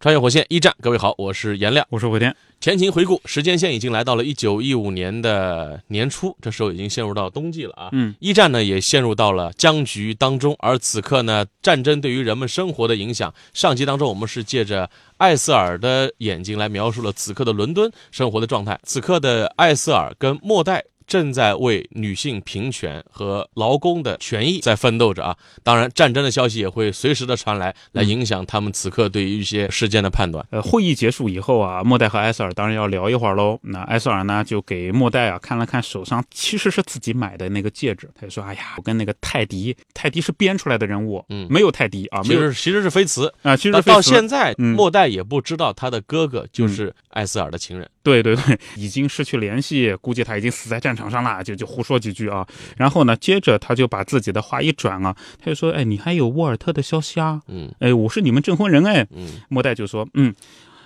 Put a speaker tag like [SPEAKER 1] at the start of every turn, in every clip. [SPEAKER 1] 穿越火线一战，各位好，我是颜亮。
[SPEAKER 2] 我是回天，
[SPEAKER 1] 前情回顾，时间线已经来到了一九一五年的年初，这时候已经陷入到冬季了啊。
[SPEAKER 2] 嗯，
[SPEAKER 1] 一战呢也陷入到了僵局当中，而此刻呢，战争对于人们生活的影响，上集当中我们是借着艾瑟尔的眼睛来描述了此刻的伦敦生活的状态。此刻的艾瑟尔跟末代。正在为女性平权和劳工的权益在奋斗着啊！当然，战争的消息也会随时的传来，来影响他们此刻对于一些事件的判断。
[SPEAKER 2] 呃，会议结束以后啊，莫代和埃塞尔当然要聊一会儿喽。那埃塞尔呢，就给莫代啊看了看手上其实是自己买的那个戒指，他就说：“哎呀，我跟那个泰迪，泰迪是编出来的人物，
[SPEAKER 1] 嗯
[SPEAKER 2] 没有泰迪啊，
[SPEAKER 1] 其
[SPEAKER 2] 没有
[SPEAKER 1] 实其实是菲茨，
[SPEAKER 2] 啊，其实
[SPEAKER 1] 到
[SPEAKER 2] 菲茨
[SPEAKER 1] 到现在，
[SPEAKER 2] 嗯
[SPEAKER 1] 末代也不知道他的哥哥就是艾瑟尔的情人。
[SPEAKER 2] 对对对， 已经失去联系，估计他已经死在战场上啦，就就胡说几句啊。然后呢，接着他就把自己的话一转啊，他就说：“哎，你还有沃尔特的消息啊？
[SPEAKER 1] 嗯
[SPEAKER 2] 哎，我是你们证婚人哎。”
[SPEAKER 1] 嗯，
[SPEAKER 2] 莫代就说：“嗯，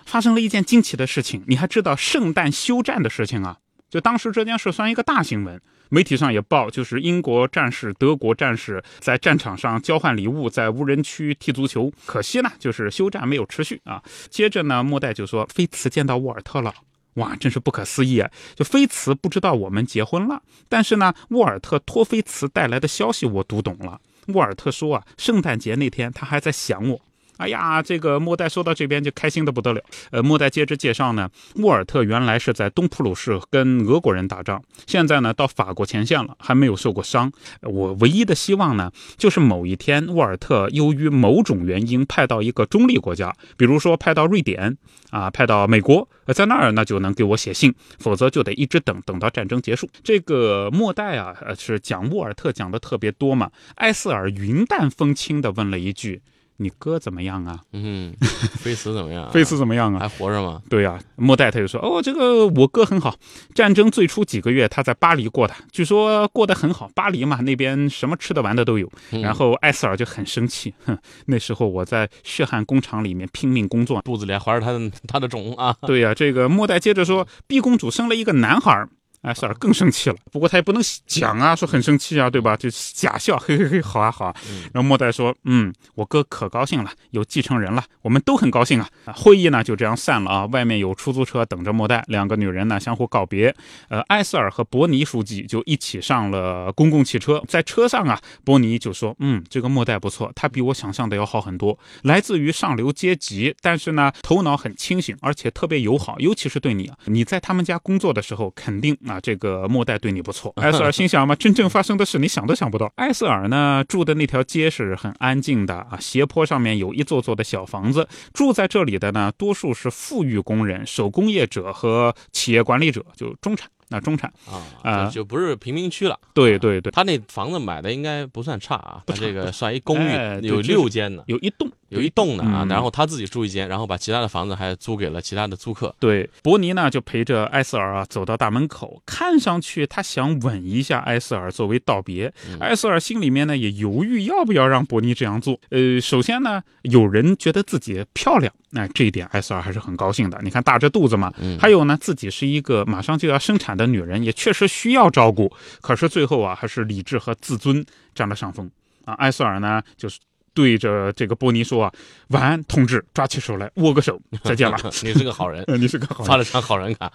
[SPEAKER 2] 发生了一件惊奇的事情，你还知道圣诞休战的事情啊？就当时这件事算一个大新闻，媒体上也报，就是英国战士、德国战士在战场上交换礼物，在无人区踢足球。可惜呢，就是休战没有持续啊。接着呢，莫代就说，菲茨见到沃尔特了。”哇，真是不可思议啊！就菲茨不知道我们结婚了，但是呢，沃尔特托菲茨带来的消息我读懂了。沃尔特说啊，圣诞节那天他还在想我，哎呀，这个莫代说到这边就开心的不得了。呃，莫代接着介绍呢，沃尔特原来是在东普鲁士跟俄国人打仗，现在呢到法国前线了，还没有受过伤。呃我唯一的希望呢，就是某一天沃尔特由于某种原因派到一个中立国家，比如说派到瑞典啊，派到美国，呃在那儿那就能给我写信，否则就得一直等等到战争结束。这个莫代啊，呃是讲沃尔特讲的特别多嘛，埃瑟尔云淡风轻的问了一句。你哥怎么样啊？
[SPEAKER 1] 嗯，菲茨怎么 样、啊？
[SPEAKER 2] 菲茨怎么样啊？
[SPEAKER 1] 还活着吗？
[SPEAKER 2] 对啊，莫代他就说：“哦，这个我哥很好。战争最初几个月他在巴黎过的，据说过得很好。巴黎嘛，那边什么吃的玩的都有。”
[SPEAKER 1] 嗯
[SPEAKER 2] 然后艾瑟尔就很生气，哼，那时候我在血汗工厂里面拼命工作。
[SPEAKER 1] 肚子里还怀着他的他的种啊。
[SPEAKER 2] 对呀、这个莫代接着说，毕公主生了一个男孩儿。艾瑟尔更生气了，不过他也不能讲啊，说很生气啊，对吧？就假笑，嘿嘿嘿，好啊好啊。然后莫代说，嗯，我哥可高兴了，有继承人了，我们都很高兴啊。啊会议呢就这样散了啊，外面有出租车等着莫代，两个女人呢相互告别。呃，艾瑟尔和伯尼书记就一起上了公共汽车，在车上啊，伯尼就说，嗯，这个莫代不错，他比我想象的要好很多。来自于上流阶级，但是呢，头脑很清醒，而且特别友好，尤其是对你啊。你在他们家工作的时候，肯定啊，这个莫代对你不错。埃瑟尔心想嘛，真正发生的事，你想都想不到。埃瑟尔呢，住的那条街是很安静的啊，斜坡上面有一座座的小房子，住在这里的呢，多数是富裕工人、手工业者和企业管理者，就中产。那中产，
[SPEAKER 1] 啊，
[SPEAKER 2] 啊
[SPEAKER 1] 就就不是贫民区了。
[SPEAKER 2] 对对对，
[SPEAKER 1] 他那房子买的应该不算差啊，他这个算一公
[SPEAKER 2] 哎
[SPEAKER 1] 寓，
[SPEAKER 2] 对
[SPEAKER 1] 有
[SPEAKER 2] 就是
[SPEAKER 1] 六间呢，
[SPEAKER 2] 有一栋，
[SPEAKER 1] 有一栋呢啊。
[SPEAKER 2] 嗯
[SPEAKER 1] 然后他自己住一间，然后把其他的房子还租给了其他的租客。
[SPEAKER 2] 对，伯尼呢就陪着埃瑟尔啊走到大门口，看上去他想吻一下埃瑟尔作为道别。埃瑟尔心里面呢也犹豫要不要让伯尼这样做。呃，首先呢，有人觉得自己漂亮，那、这一点埃瑟尔还是很高兴的。你看大着肚子嘛，
[SPEAKER 1] 嗯
[SPEAKER 2] 还有呢，自己是一个马上就要生产的女人，也确实需要照顾。可是最后啊，还是理智和自尊占了上风啊。埃瑟尔呢就是。对着这个波尼说啊，晚安，同志，抓起手来握个手，再见了。，
[SPEAKER 1] 你是个好人
[SPEAKER 2] 呃你是个 好人
[SPEAKER 1] 发。了张好人卡。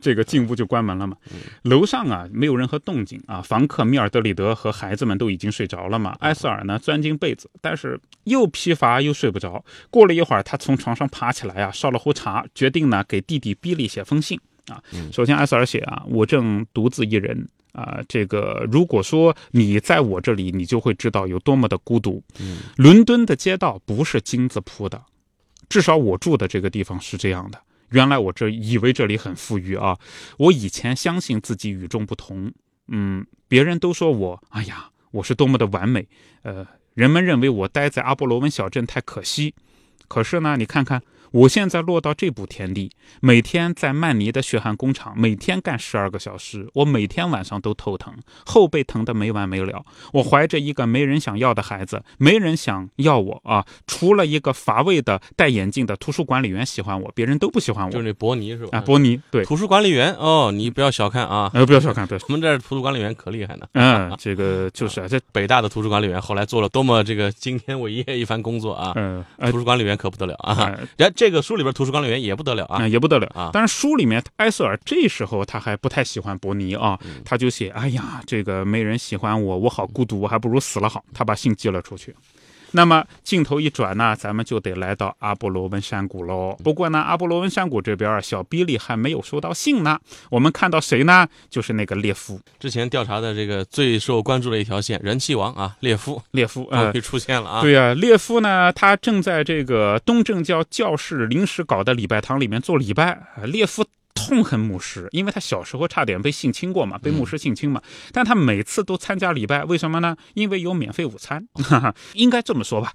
[SPEAKER 2] 这个进屋就关门了嘛。楼上啊没有任何动静啊，房客米尔德里德和孩子们都已经睡着了嘛。埃瑟尔呢钻进被子，但是又疲乏又睡不着。过了一会儿，他从床上爬起来啊，烧了壶茶，决定呢给弟弟比利写封信啊。首先，埃瑟尔写啊，我正独自一人。啊、这个如果说你在我这里，你就会知道有多么的孤独。伦敦的街道不是金子铺的，至少我住的这个地方是这样的。原来我这以为这里很富裕啊，我以前相信自己与众不同，嗯，别人都说我，哎呀，我是多么的完美，呃，人们认为我待在阿波罗文小镇太可惜，可是呢，你看看我现在落到这步田地，每天在曼尼的血汗工厂，每天干十二个小时，我每天晚上都头疼，后背疼得没完没了。我怀着一个没人想要的孩子，没人想要我啊，除了一个乏味的戴眼镜的图书管理员喜欢我，别人都不喜欢
[SPEAKER 1] 就是
[SPEAKER 2] 我。
[SPEAKER 1] 那伯尼是吧？
[SPEAKER 2] 啊，波尼，对，
[SPEAKER 1] 图书管理员哦，你不要小看 啊，
[SPEAKER 2] 呃，不要小看，不要小看，
[SPEAKER 1] 我们这儿图书管理员可厉害呢。
[SPEAKER 2] 嗯，这个就是啊，这，
[SPEAKER 1] 北大的图书管理员后来做了多么这个惊天伟业一番工作啊！
[SPEAKER 2] 呃，呃
[SPEAKER 1] 图，书管理员可不得了啊！
[SPEAKER 2] 呃
[SPEAKER 1] 然后这个书里边图书管理员也不得了啊！
[SPEAKER 2] 嗯，也不得了
[SPEAKER 1] 啊
[SPEAKER 2] 但是书里面，埃瑟尔这时候他还不太喜欢伯尼啊，
[SPEAKER 1] 嗯
[SPEAKER 2] 他就写：“哎呀，这个没人喜欢我，我好孤独，我还不如死了好。”他把信寄了出去。那么镜头一转呢，咱们就得来到阿波罗温山谷喽。
[SPEAKER 1] 嗯
[SPEAKER 2] 不过呢，阿波罗温山谷这边啊，小比利还没有收到信呢。我们看到谁呢？就是那个列夫，
[SPEAKER 1] 之前调查的这个最受关注的一条线，人气王啊，列夫
[SPEAKER 2] 列夫，呃
[SPEAKER 1] 终于，出现了啊！
[SPEAKER 2] 对呀、列夫呢，他正在这个东正教教士临时搞的礼拜堂里面做礼拜。啊列夫痛恨牧师，因为他小时候差点被性侵过嘛，被牧师性侵嘛。但他每次都参加礼拜，为什么呢？因为有免费午餐。 哈哈，应该这么说吧。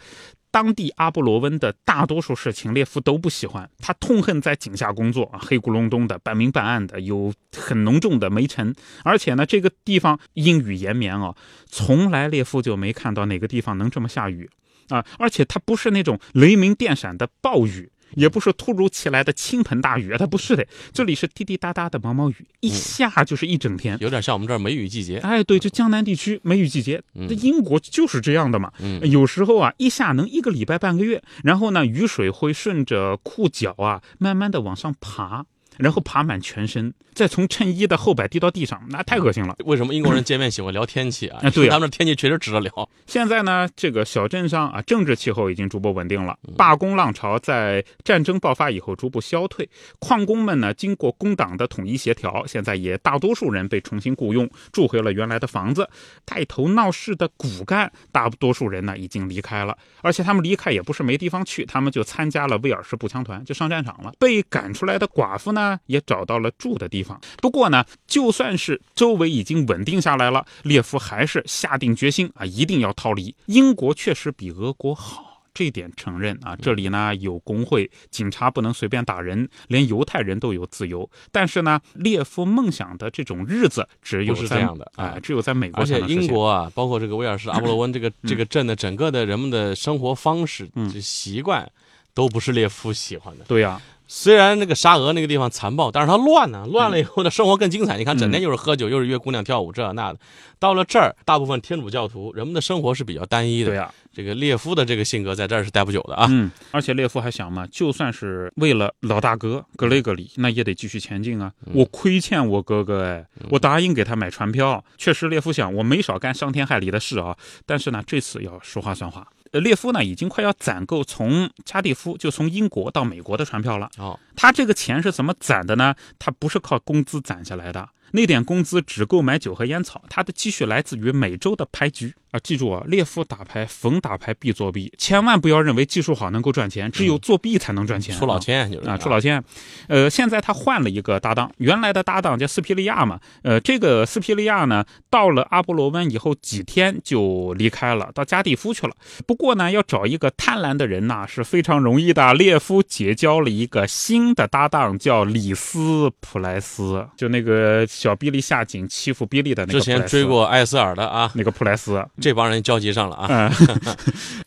[SPEAKER 2] 当地阿波罗温的大多数事情，列夫都不喜欢。他痛恨在井下工作啊，黑咕隆咚的，半明半暗的，有很浓重的煤尘。而且呢，这个地方阴雨延绵啊，从来列夫就没看到哪个地方能这么下雨。啊，而且它不是那种雷鸣电闪的暴雨，也不是突如其来的倾盆大雨，它啊不是的，这里是滴滴答答的毛毛雨，一下就是一整天。
[SPEAKER 1] 有点像我们这儿梅雨季节，
[SPEAKER 2] 哎，对，就江南地区梅雨季节，
[SPEAKER 1] 嗯
[SPEAKER 2] 那英国就是这样的嘛。有时候啊，一下能一个礼拜、半个月，然后呢，雨水会顺着裤脚啊，慢慢的往上爬，然后爬满全身，再从衬衣的后摆滴到地上，那太恶心了。
[SPEAKER 1] 为什么英国人见面喜欢聊天气啊？
[SPEAKER 2] 哎对啊
[SPEAKER 1] 他们这天气确实值得聊。
[SPEAKER 2] 现在呢，这个小镇上啊，政治气候已经逐步稳定了。罢工浪潮在战争爆发以后逐步消退，矿工们呢，经过工党的统一协调，现在也大多数人被重新雇佣，住回了原来的房子。带头闹事的骨干，大多数人呢已经离开了，而且他们离开也不是没地方去，他们就参加了威尔士步枪团，就上战场了。被赶出来的寡妇呢，也找到了住的地方。不过呢，就算是周围已经稳定下来了，列夫还是下定决心啊，一定要逃离。英国确实比俄国好。这一点承认
[SPEAKER 1] 嗯
[SPEAKER 2] 啊，这里呢有工会，警察不能随便打人，连犹太人都有自由。但是呢，列夫梦想的这种日子只有
[SPEAKER 1] 不是
[SPEAKER 2] 在
[SPEAKER 1] 这样的
[SPEAKER 2] 哎
[SPEAKER 1] 啊
[SPEAKER 2] 只有在美国
[SPEAKER 1] 而
[SPEAKER 2] 才
[SPEAKER 1] 且
[SPEAKER 2] 能实现，嗯
[SPEAKER 1] 英国啊，包括这个威尔士、阿波罗温这个这个镇的整个的人们的生活方式、
[SPEAKER 2] 嗯
[SPEAKER 1] 这习惯，都不是列夫喜欢的。
[SPEAKER 2] 对呀、
[SPEAKER 1] 虽然那个沙俄那个地方残暴，但是它乱
[SPEAKER 2] 嗯
[SPEAKER 1] 呢、乱了以后呢，生活更精彩。你看，整天又是喝酒，又是约姑娘跳舞这那的。到了这儿，大部分天主教徒人们的生活是比较单一的。
[SPEAKER 2] 对呀、
[SPEAKER 1] 这个列夫的这个性格在这儿是待不久的啊。
[SPEAKER 2] 嗯，而且列夫还想嘛，就算是为了老大哥格雷格里，那也得继续前进啊。
[SPEAKER 1] 嗯
[SPEAKER 2] 我亏欠我哥哥哎，我答应给他买船票。确实，列夫想我没少干伤天害理的事啊，但是呢，这次要说话算话。呃列夫呢，已经快要攒够从加蒂夫就从英国到美国的船票了。
[SPEAKER 1] 哦，
[SPEAKER 2] 他这个钱是怎么攒的呢？他不是靠工资攒下来的，那点工资只够买酒和烟草，他的积蓄来自于每周的牌局啊！记住啊，列夫打牌逢打牌必作弊，千万不要认为技术好能够赚钱，只有作弊才能赚钱。
[SPEAKER 1] 出老千就是
[SPEAKER 2] 啊，出老千，呃，现在他换了一个搭档，原来的搭档叫斯皮利亚嘛，呃，这个斯皮利亚呢，到了阿波罗湾以后几天就离开了，到加蒂夫去了。不过呢，要找一个贪婪的人呐、是非常容易的。列夫结交了一个新的搭档，叫里斯普莱斯，就那个小比利下井欺负比利的那个
[SPEAKER 1] 之
[SPEAKER 2] 普莱斯。
[SPEAKER 1] 前追过艾斯尔的啊，
[SPEAKER 2] 那个普莱斯，
[SPEAKER 1] 这帮人交集上了啊，
[SPEAKER 2] 嗯，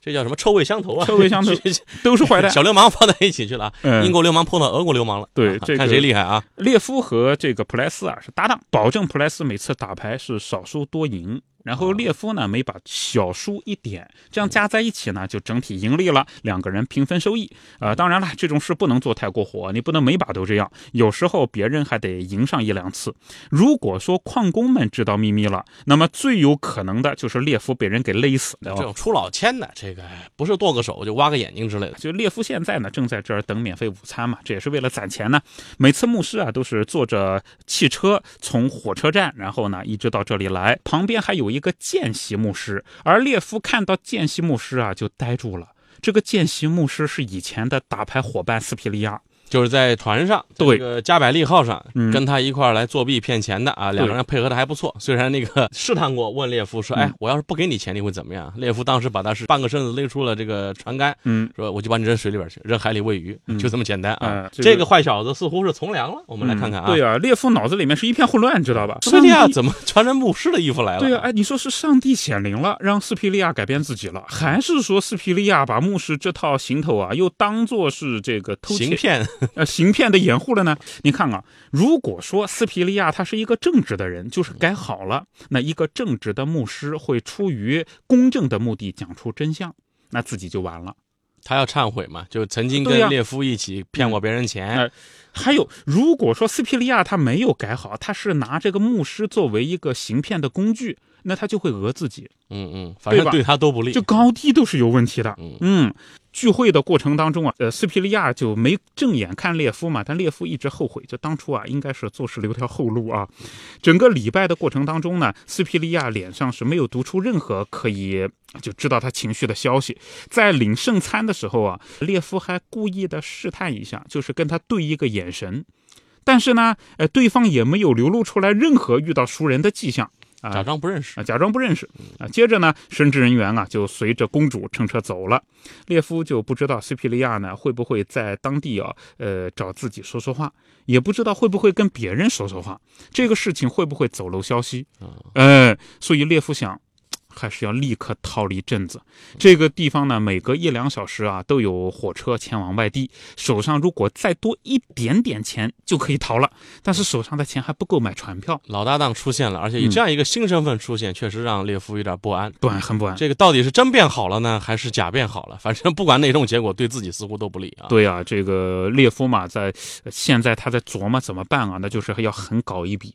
[SPEAKER 1] 这叫什么臭味相投啊？
[SPEAKER 2] 臭味相投
[SPEAKER 1] 这这
[SPEAKER 2] 都是坏蛋。
[SPEAKER 1] 小流氓放在一起去了啊。
[SPEAKER 2] 嗯
[SPEAKER 1] 英国流氓碰到俄国流氓了，
[SPEAKER 2] 对
[SPEAKER 1] 啊
[SPEAKER 2] 这个
[SPEAKER 1] 看谁厉害啊？
[SPEAKER 2] 列夫和这个普莱斯啊是搭档，保证普莱斯每次打牌是少输多赢。然后列夫呢每把小输一点，这样加在一起呢就整体盈利了，两个人平分收益。呃，当然了，这种事不能做太过火，你不能每把都这样，有时候别人还得赢上一两次。如果说矿工们知道秘密了，那么最有可能的就是列夫被人给勒死的、哦
[SPEAKER 1] 这种出老千的，这个不是剁个手就挖个眼睛之类的。
[SPEAKER 2] 就列夫现在呢，正在这儿等免费午餐嘛，这也是为了攒钱呢。每次牧师啊，都是坐着汽车从火车站，然后呢，一直到这里来。旁边还有一个见习牧师，而列夫看到见习牧师啊，就呆住了。这个见习牧师是以前的打牌伙伴斯皮利亚，
[SPEAKER 1] 就是在船上，在
[SPEAKER 2] 对
[SPEAKER 1] 这个加百利号上，
[SPEAKER 2] 嗯
[SPEAKER 1] 跟他一块儿来作弊骗钱的啊，两个人配合的还不错。虽然那个试探过问列夫说：“哎
[SPEAKER 2] 嗯，
[SPEAKER 1] 我要是不给你钱，你会怎么样？”列夫当时把他是半个身子勒出了这个船杆，
[SPEAKER 2] 嗯，
[SPEAKER 1] 说：“我就把你扔水里边去，扔海里喂鱼，
[SPEAKER 2] 嗯
[SPEAKER 1] 就这么简单啊。
[SPEAKER 2] 哎这个
[SPEAKER 1] 这个坏小子似乎是从良了，我们来看看啊。
[SPEAKER 2] 对啊，列夫脑子里面是一片混乱，你知道吧？
[SPEAKER 1] 斯皮利亚
[SPEAKER 2] 上帝
[SPEAKER 1] 怎么穿着牧师的衣服来了？
[SPEAKER 2] 对啊，哎，你说是上帝显灵了，让斯皮利亚改变自己了，还是说斯皮利亚把牧师这套行头啊，又当做是这个偷
[SPEAKER 1] 行
[SPEAKER 2] 窃
[SPEAKER 1] 骗，
[SPEAKER 2] 呃行骗的掩护了呢？你看啊，如果说斯皮利亚他是一个正直的人，就是改好了，那一个正直的牧师会出于公正的目的讲出真相，那自己就完了。
[SPEAKER 1] 他要忏悔嘛？就曾经
[SPEAKER 2] 对呀啊
[SPEAKER 1] 跟列夫一起骗过别人钱，
[SPEAKER 2] 哎还有，如果说斯皮利亚他没有改好，他是拿这个牧师作为一个行骗的工具，那他就会讹自己，
[SPEAKER 1] 嗯嗯，反正
[SPEAKER 2] 对吧
[SPEAKER 1] 对他都不利。
[SPEAKER 2] 就高低都是有问题的
[SPEAKER 1] 嗯。
[SPEAKER 2] 嗯，聚会的过程当中啊，呃，斯皮利亚就没正眼看列夫嘛，但列夫一直后悔，就当初啊，应该是做事留条后路啊。整个礼拜的过程当中呢，斯皮利亚脸上是没有读出任何可以就知道他情绪的消息。在领圣餐的时候啊，列夫还故意的试探一下，就是跟他对一个眼神，但是呢，呃，对方也没有流露出来任何遇到熟人的迹象。啊、
[SPEAKER 1] 假装不认识。
[SPEAKER 2] 啊，假装不认识啊。接着呢，神职人员啊就随着公主乘车走了。列夫就不知道斯皮利亚呢会不会在当地啊，呃，找自己说说话，也不知道会不会跟别人说说话，这个事情会不会走漏消息
[SPEAKER 1] 啊？
[SPEAKER 2] 哎、所以列夫想。还是要立刻逃离镇子。这个地方呢，每隔一两小时啊，都有火车前往外地。手上如果再多一点点钱，就可以逃了。但是手上的钱还不够买船票，
[SPEAKER 1] 老搭档出现了，而且以
[SPEAKER 2] 嗯
[SPEAKER 1] 这样一个新身份出现，确实让列夫有点不安。
[SPEAKER 2] 不安，很不安。
[SPEAKER 1] 这个到底是真变好了呢，还是假变好了？反正不管哪种结果，对自己似乎都不利啊。，
[SPEAKER 2] 对啊，这个列夫嘛，在呃现在他在琢磨怎么办啊，那就是要狠搞一笔，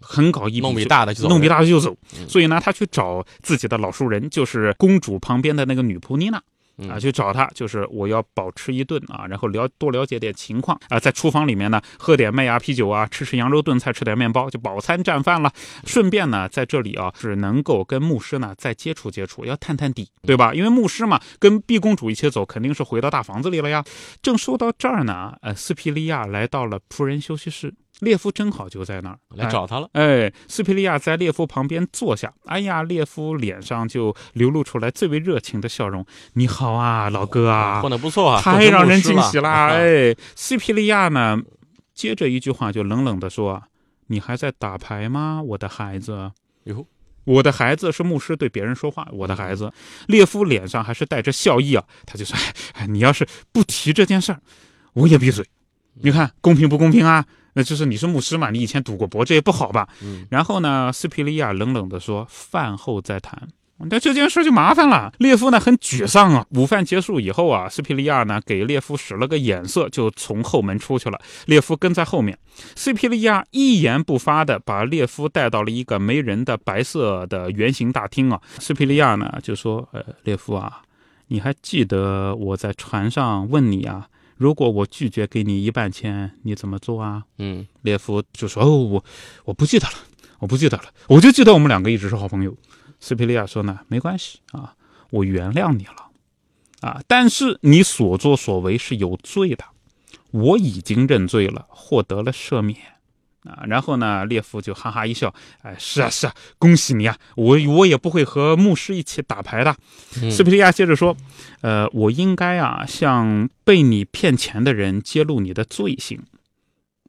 [SPEAKER 2] 狠搞一笔
[SPEAKER 1] 嗯
[SPEAKER 2] 就，
[SPEAKER 1] 弄笔大的就走人
[SPEAKER 2] 弄笔大的就走。
[SPEAKER 1] 嗯
[SPEAKER 2] 所以呢，他去找自己的老熟人，就是公主旁边的那个女仆妮娜。
[SPEAKER 1] 嗯
[SPEAKER 2] 啊，去找她，就是我要饱吃一顿啊，然后了多了解点情况啊，在厨房里面呢，喝点麦芽啤酒啊，吃吃扬州炖菜，吃点面包，就饱餐战饭了。顺便呢，在这里啊，是能够跟牧师呢再接触接触，要探探底，对吧？因为牧师嘛，跟碧公主一起走，肯定是回到大房子里了呀。正说到这儿呢，呃，斯皮利亚来到了仆人休息室，列夫正好就在那儿
[SPEAKER 1] 来
[SPEAKER 2] 哎
[SPEAKER 1] 找他了。
[SPEAKER 2] 哎，斯皮利亚在列夫旁边坐下。哎呀，列夫脸上就流露出来最为热情的笑容。你好啊，老哥啊
[SPEAKER 1] 混，得不错啊，
[SPEAKER 2] 太让人惊喜啦！
[SPEAKER 1] 啦！
[SPEAKER 2] 哎，斯皮利亚呢，接着一句话就冷冷地说：“你还在打牌吗，我的孩子？”
[SPEAKER 1] 哟，
[SPEAKER 2] 我的孩子是牧师对别人说话，我的孩子。列夫脸上还是带着笑意啊，他就说：“哎哎，你要是不提这件事儿，我也闭嘴。
[SPEAKER 1] 嗯
[SPEAKER 2] 你看公平不公平啊？那就是你是牧师嘛，你以前赌过博，这也不好吧？”
[SPEAKER 1] 嗯
[SPEAKER 2] 然后呢，斯皮利亚冷冷地说：“饭后再谈。”那这件事就麻烦了。列夫呢很沮丧啊。午饭结束以后啊，斯皮利亚呢给列夫使了个眼色，就从后门出去了。列夫跟在后面。斯皮利亚一言不发的把列夫带到了一个没人的白色的圆形大厅啊。斯皮利亚呢就说：“呃，列夫啊，你还记得我在船上问你啊，如果我拒绝给你一半钱，你怎么做啊？”
[SPEAKER 1] 嗯，
[SPEAKER 2] 列夫就说：“哦，我我不记得了，我不记得了，我就记得我们两个一直是好朋友。”斯皮利亚说呢：“没关系啊，我原谅你了啊，但是你所作所为是有罪的，我已经认罪了，获得了赦免。”啊，然后呢，列夫就哈哈一笑，哎，是啊，是啊，恭喜你啊，我我也不会和牧师一起打牌的。
[SPEAKER 1] 嗯
[SPEAKER 2] 斯皮利亚接着说，呃，我应该啊向被你骗钱的人揭露你的罪行。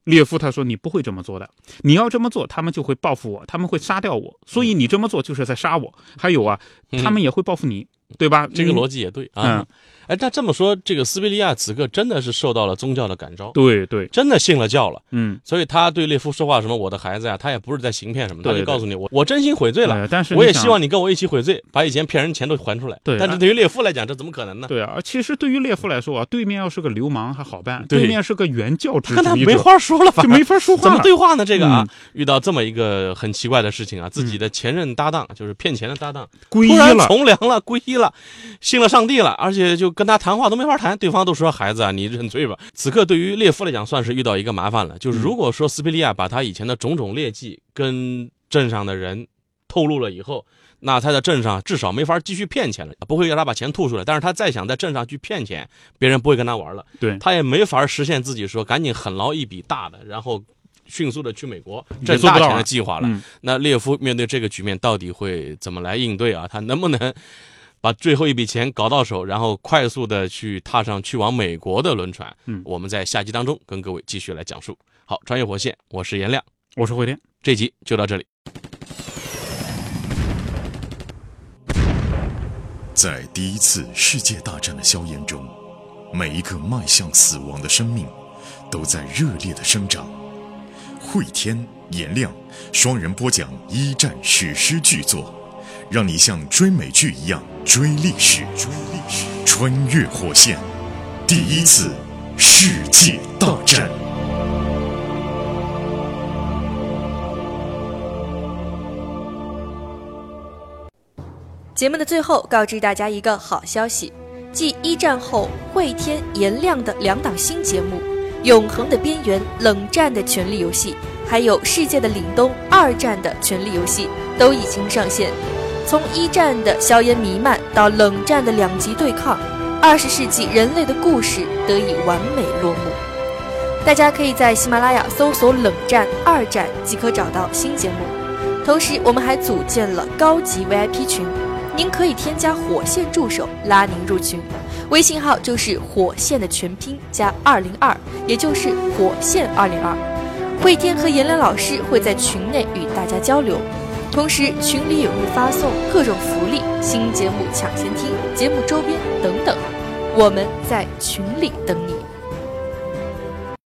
[SPEAKER 2] 列夫他说：“你不会这么做的，你要这么做，他们就会报复我，他们会杀掉我，所以你这么做就是在杀我。还有啊，
[SPEAKER 1] 嗯
[SPEAKER 2] 他们也会报复你，对吧？
[SPEAKER 1] 这个
[SPEAKER 2] 嗯
[SPEAKER 1] 逻辑也对啊
[SPEAKER 2] 嗯。
[SPEAKER 1] 哎，那这么说，这个斯皮利亚此刻真的是受到了宗教的感召，
[SPEAKER 2] 对对，
[SPEAKER 1] 真的信了教了。
[SPEAKER 2] 嗯，
[SPEAKER 1] 所以他对列夫说话什么“我的孩子呀”，他也不是在行骗什么，他
[SPEAKER 2] 对
[SPEAKER 1] 就
[SPEAKER 2] 对
[SPEAKER 1] 告诉你我我真心悔罪了，
[SPEAKER 2] 呃但是
[SPEAKER 1] 我
[SPEAKER 2] 你
[SPEAKER 1] 也
[SPEAKER 2] 想
[SPEAKER 1] 希望你跟我一起悔罪，把以前骗人钱都还出来。
[SPEAKER 2] 对
[SPEAKER 1] 但是
[SPEAKER 2] 啊
[SPEAKER 1] 对于列夫来讲，这怎么可能呢？
[SPEAKER 2] 对啊，其实对于列夫来说啊，对面要是个流氓还好办，
[SPEAKER 1] 对
[SPEAKER 2] 对面是个原教旨
[SPEAKER 1] 跟他
[SPEAKER 2] 主义
[SPEAKER 1] 没
[SPEAKER 2] 者，
[SPEAKER 1] 话说了，反
[SPEAKER 2] 就
[SPEAKER 1] 而
[SPEAKER 2] 没法说话
[SPEAKER 1] 怎
[SPEAKER 2] 了。
[SPEAKER 1] 么对话呢？这个啊，
[SPEAKER 2] 嗯
[SPEAKER 1] 遇到这么一个很奇怪的事情啊，自己的前任搭档，就是骗钱的搭档，
[SPEAKER 2] 皈
[SPEAKER 1] 突
[SPEAKER 2] 依
[SPEAKER 1] 然
[SPEAKER 2] 了，
[SPEAKER 1] 从良了，皈依了，信了上帝了，而且就跟他谈话都没法谈，对方都说孩子啊，你认罪吧。此刻对于列夫来讲，算是遇到一个麻烦了，
[SPEAKER 2] 嗯
[SPEAKER 1] 就是如果说斯皮利亚把他以前的种种劣迹跟镇上的人透露了以后。那他在镇上至少没法继续骗钱了，不会让他把钱吐出来。但是他再想在镇上去骗钱，别人不会跟他玩了，
[SPEAKER 2] 对
[SPEAKER 1] 他也没法实现自己说赶紧狠捞一笔大的，然后迅速的去美国
[SPEAKER 2] 也
[SPEAKER 1] 挣
[SPEAKER 2] 做
[SPEAKER 1] 大
[SPEAKER 2] 不到啊
[SPEAKER 1] 钱的计划了。
[SPEAKER 2] 嗯
[SPEAKER 1] 那列夫面对这个局面，到底会怎么来应对啊？他能不能把最后一笔钱搞到手，然后快速的去踏上去往美国的轮船？
[SPEAKER 2] 嗯
[SPEAKER 1] 我们在下集当中跟各位继续来讲述。好，穿越火线，我是颜亮，
[SPEAKER 2] 我是回天。
[SPEAKER 1] 这集就到这里。
[SPEAKER 3] 在第一次世界大战的硝烟中，每一个迈向死亡的生命都在热烈的生长。汇天、颜亮双人播讲一战史诗巨作，让你像追美剧一样追历史，追历史，穿越火线。第一次世界大战。
[SPEAKER 4] 节目的最后，告知大家一个好消息，继一战后汇天、颜亮的两档新节目《永恒的边缘》《冷战的权力游戏》，还有《世界的凛冬》《二战的权力游戏》都已经上线。从一战的硝烟弥漫到冷战的两极对抗，二十世纪人类的故事得以完美落幕。大家可以在喜马拉雅搜索“冷战”“二战”即可找到新节目。同时，我们还组建了高级 VIP 群，您可以添加火线助手拉您入群，微信号就是火线的全拼加二零二，也就是火线二零二。慧天和颜良老师会在群内与大家交流，同时群里也会发送各种福利、新节目抢先听、节目周边等等。我们在群里等你。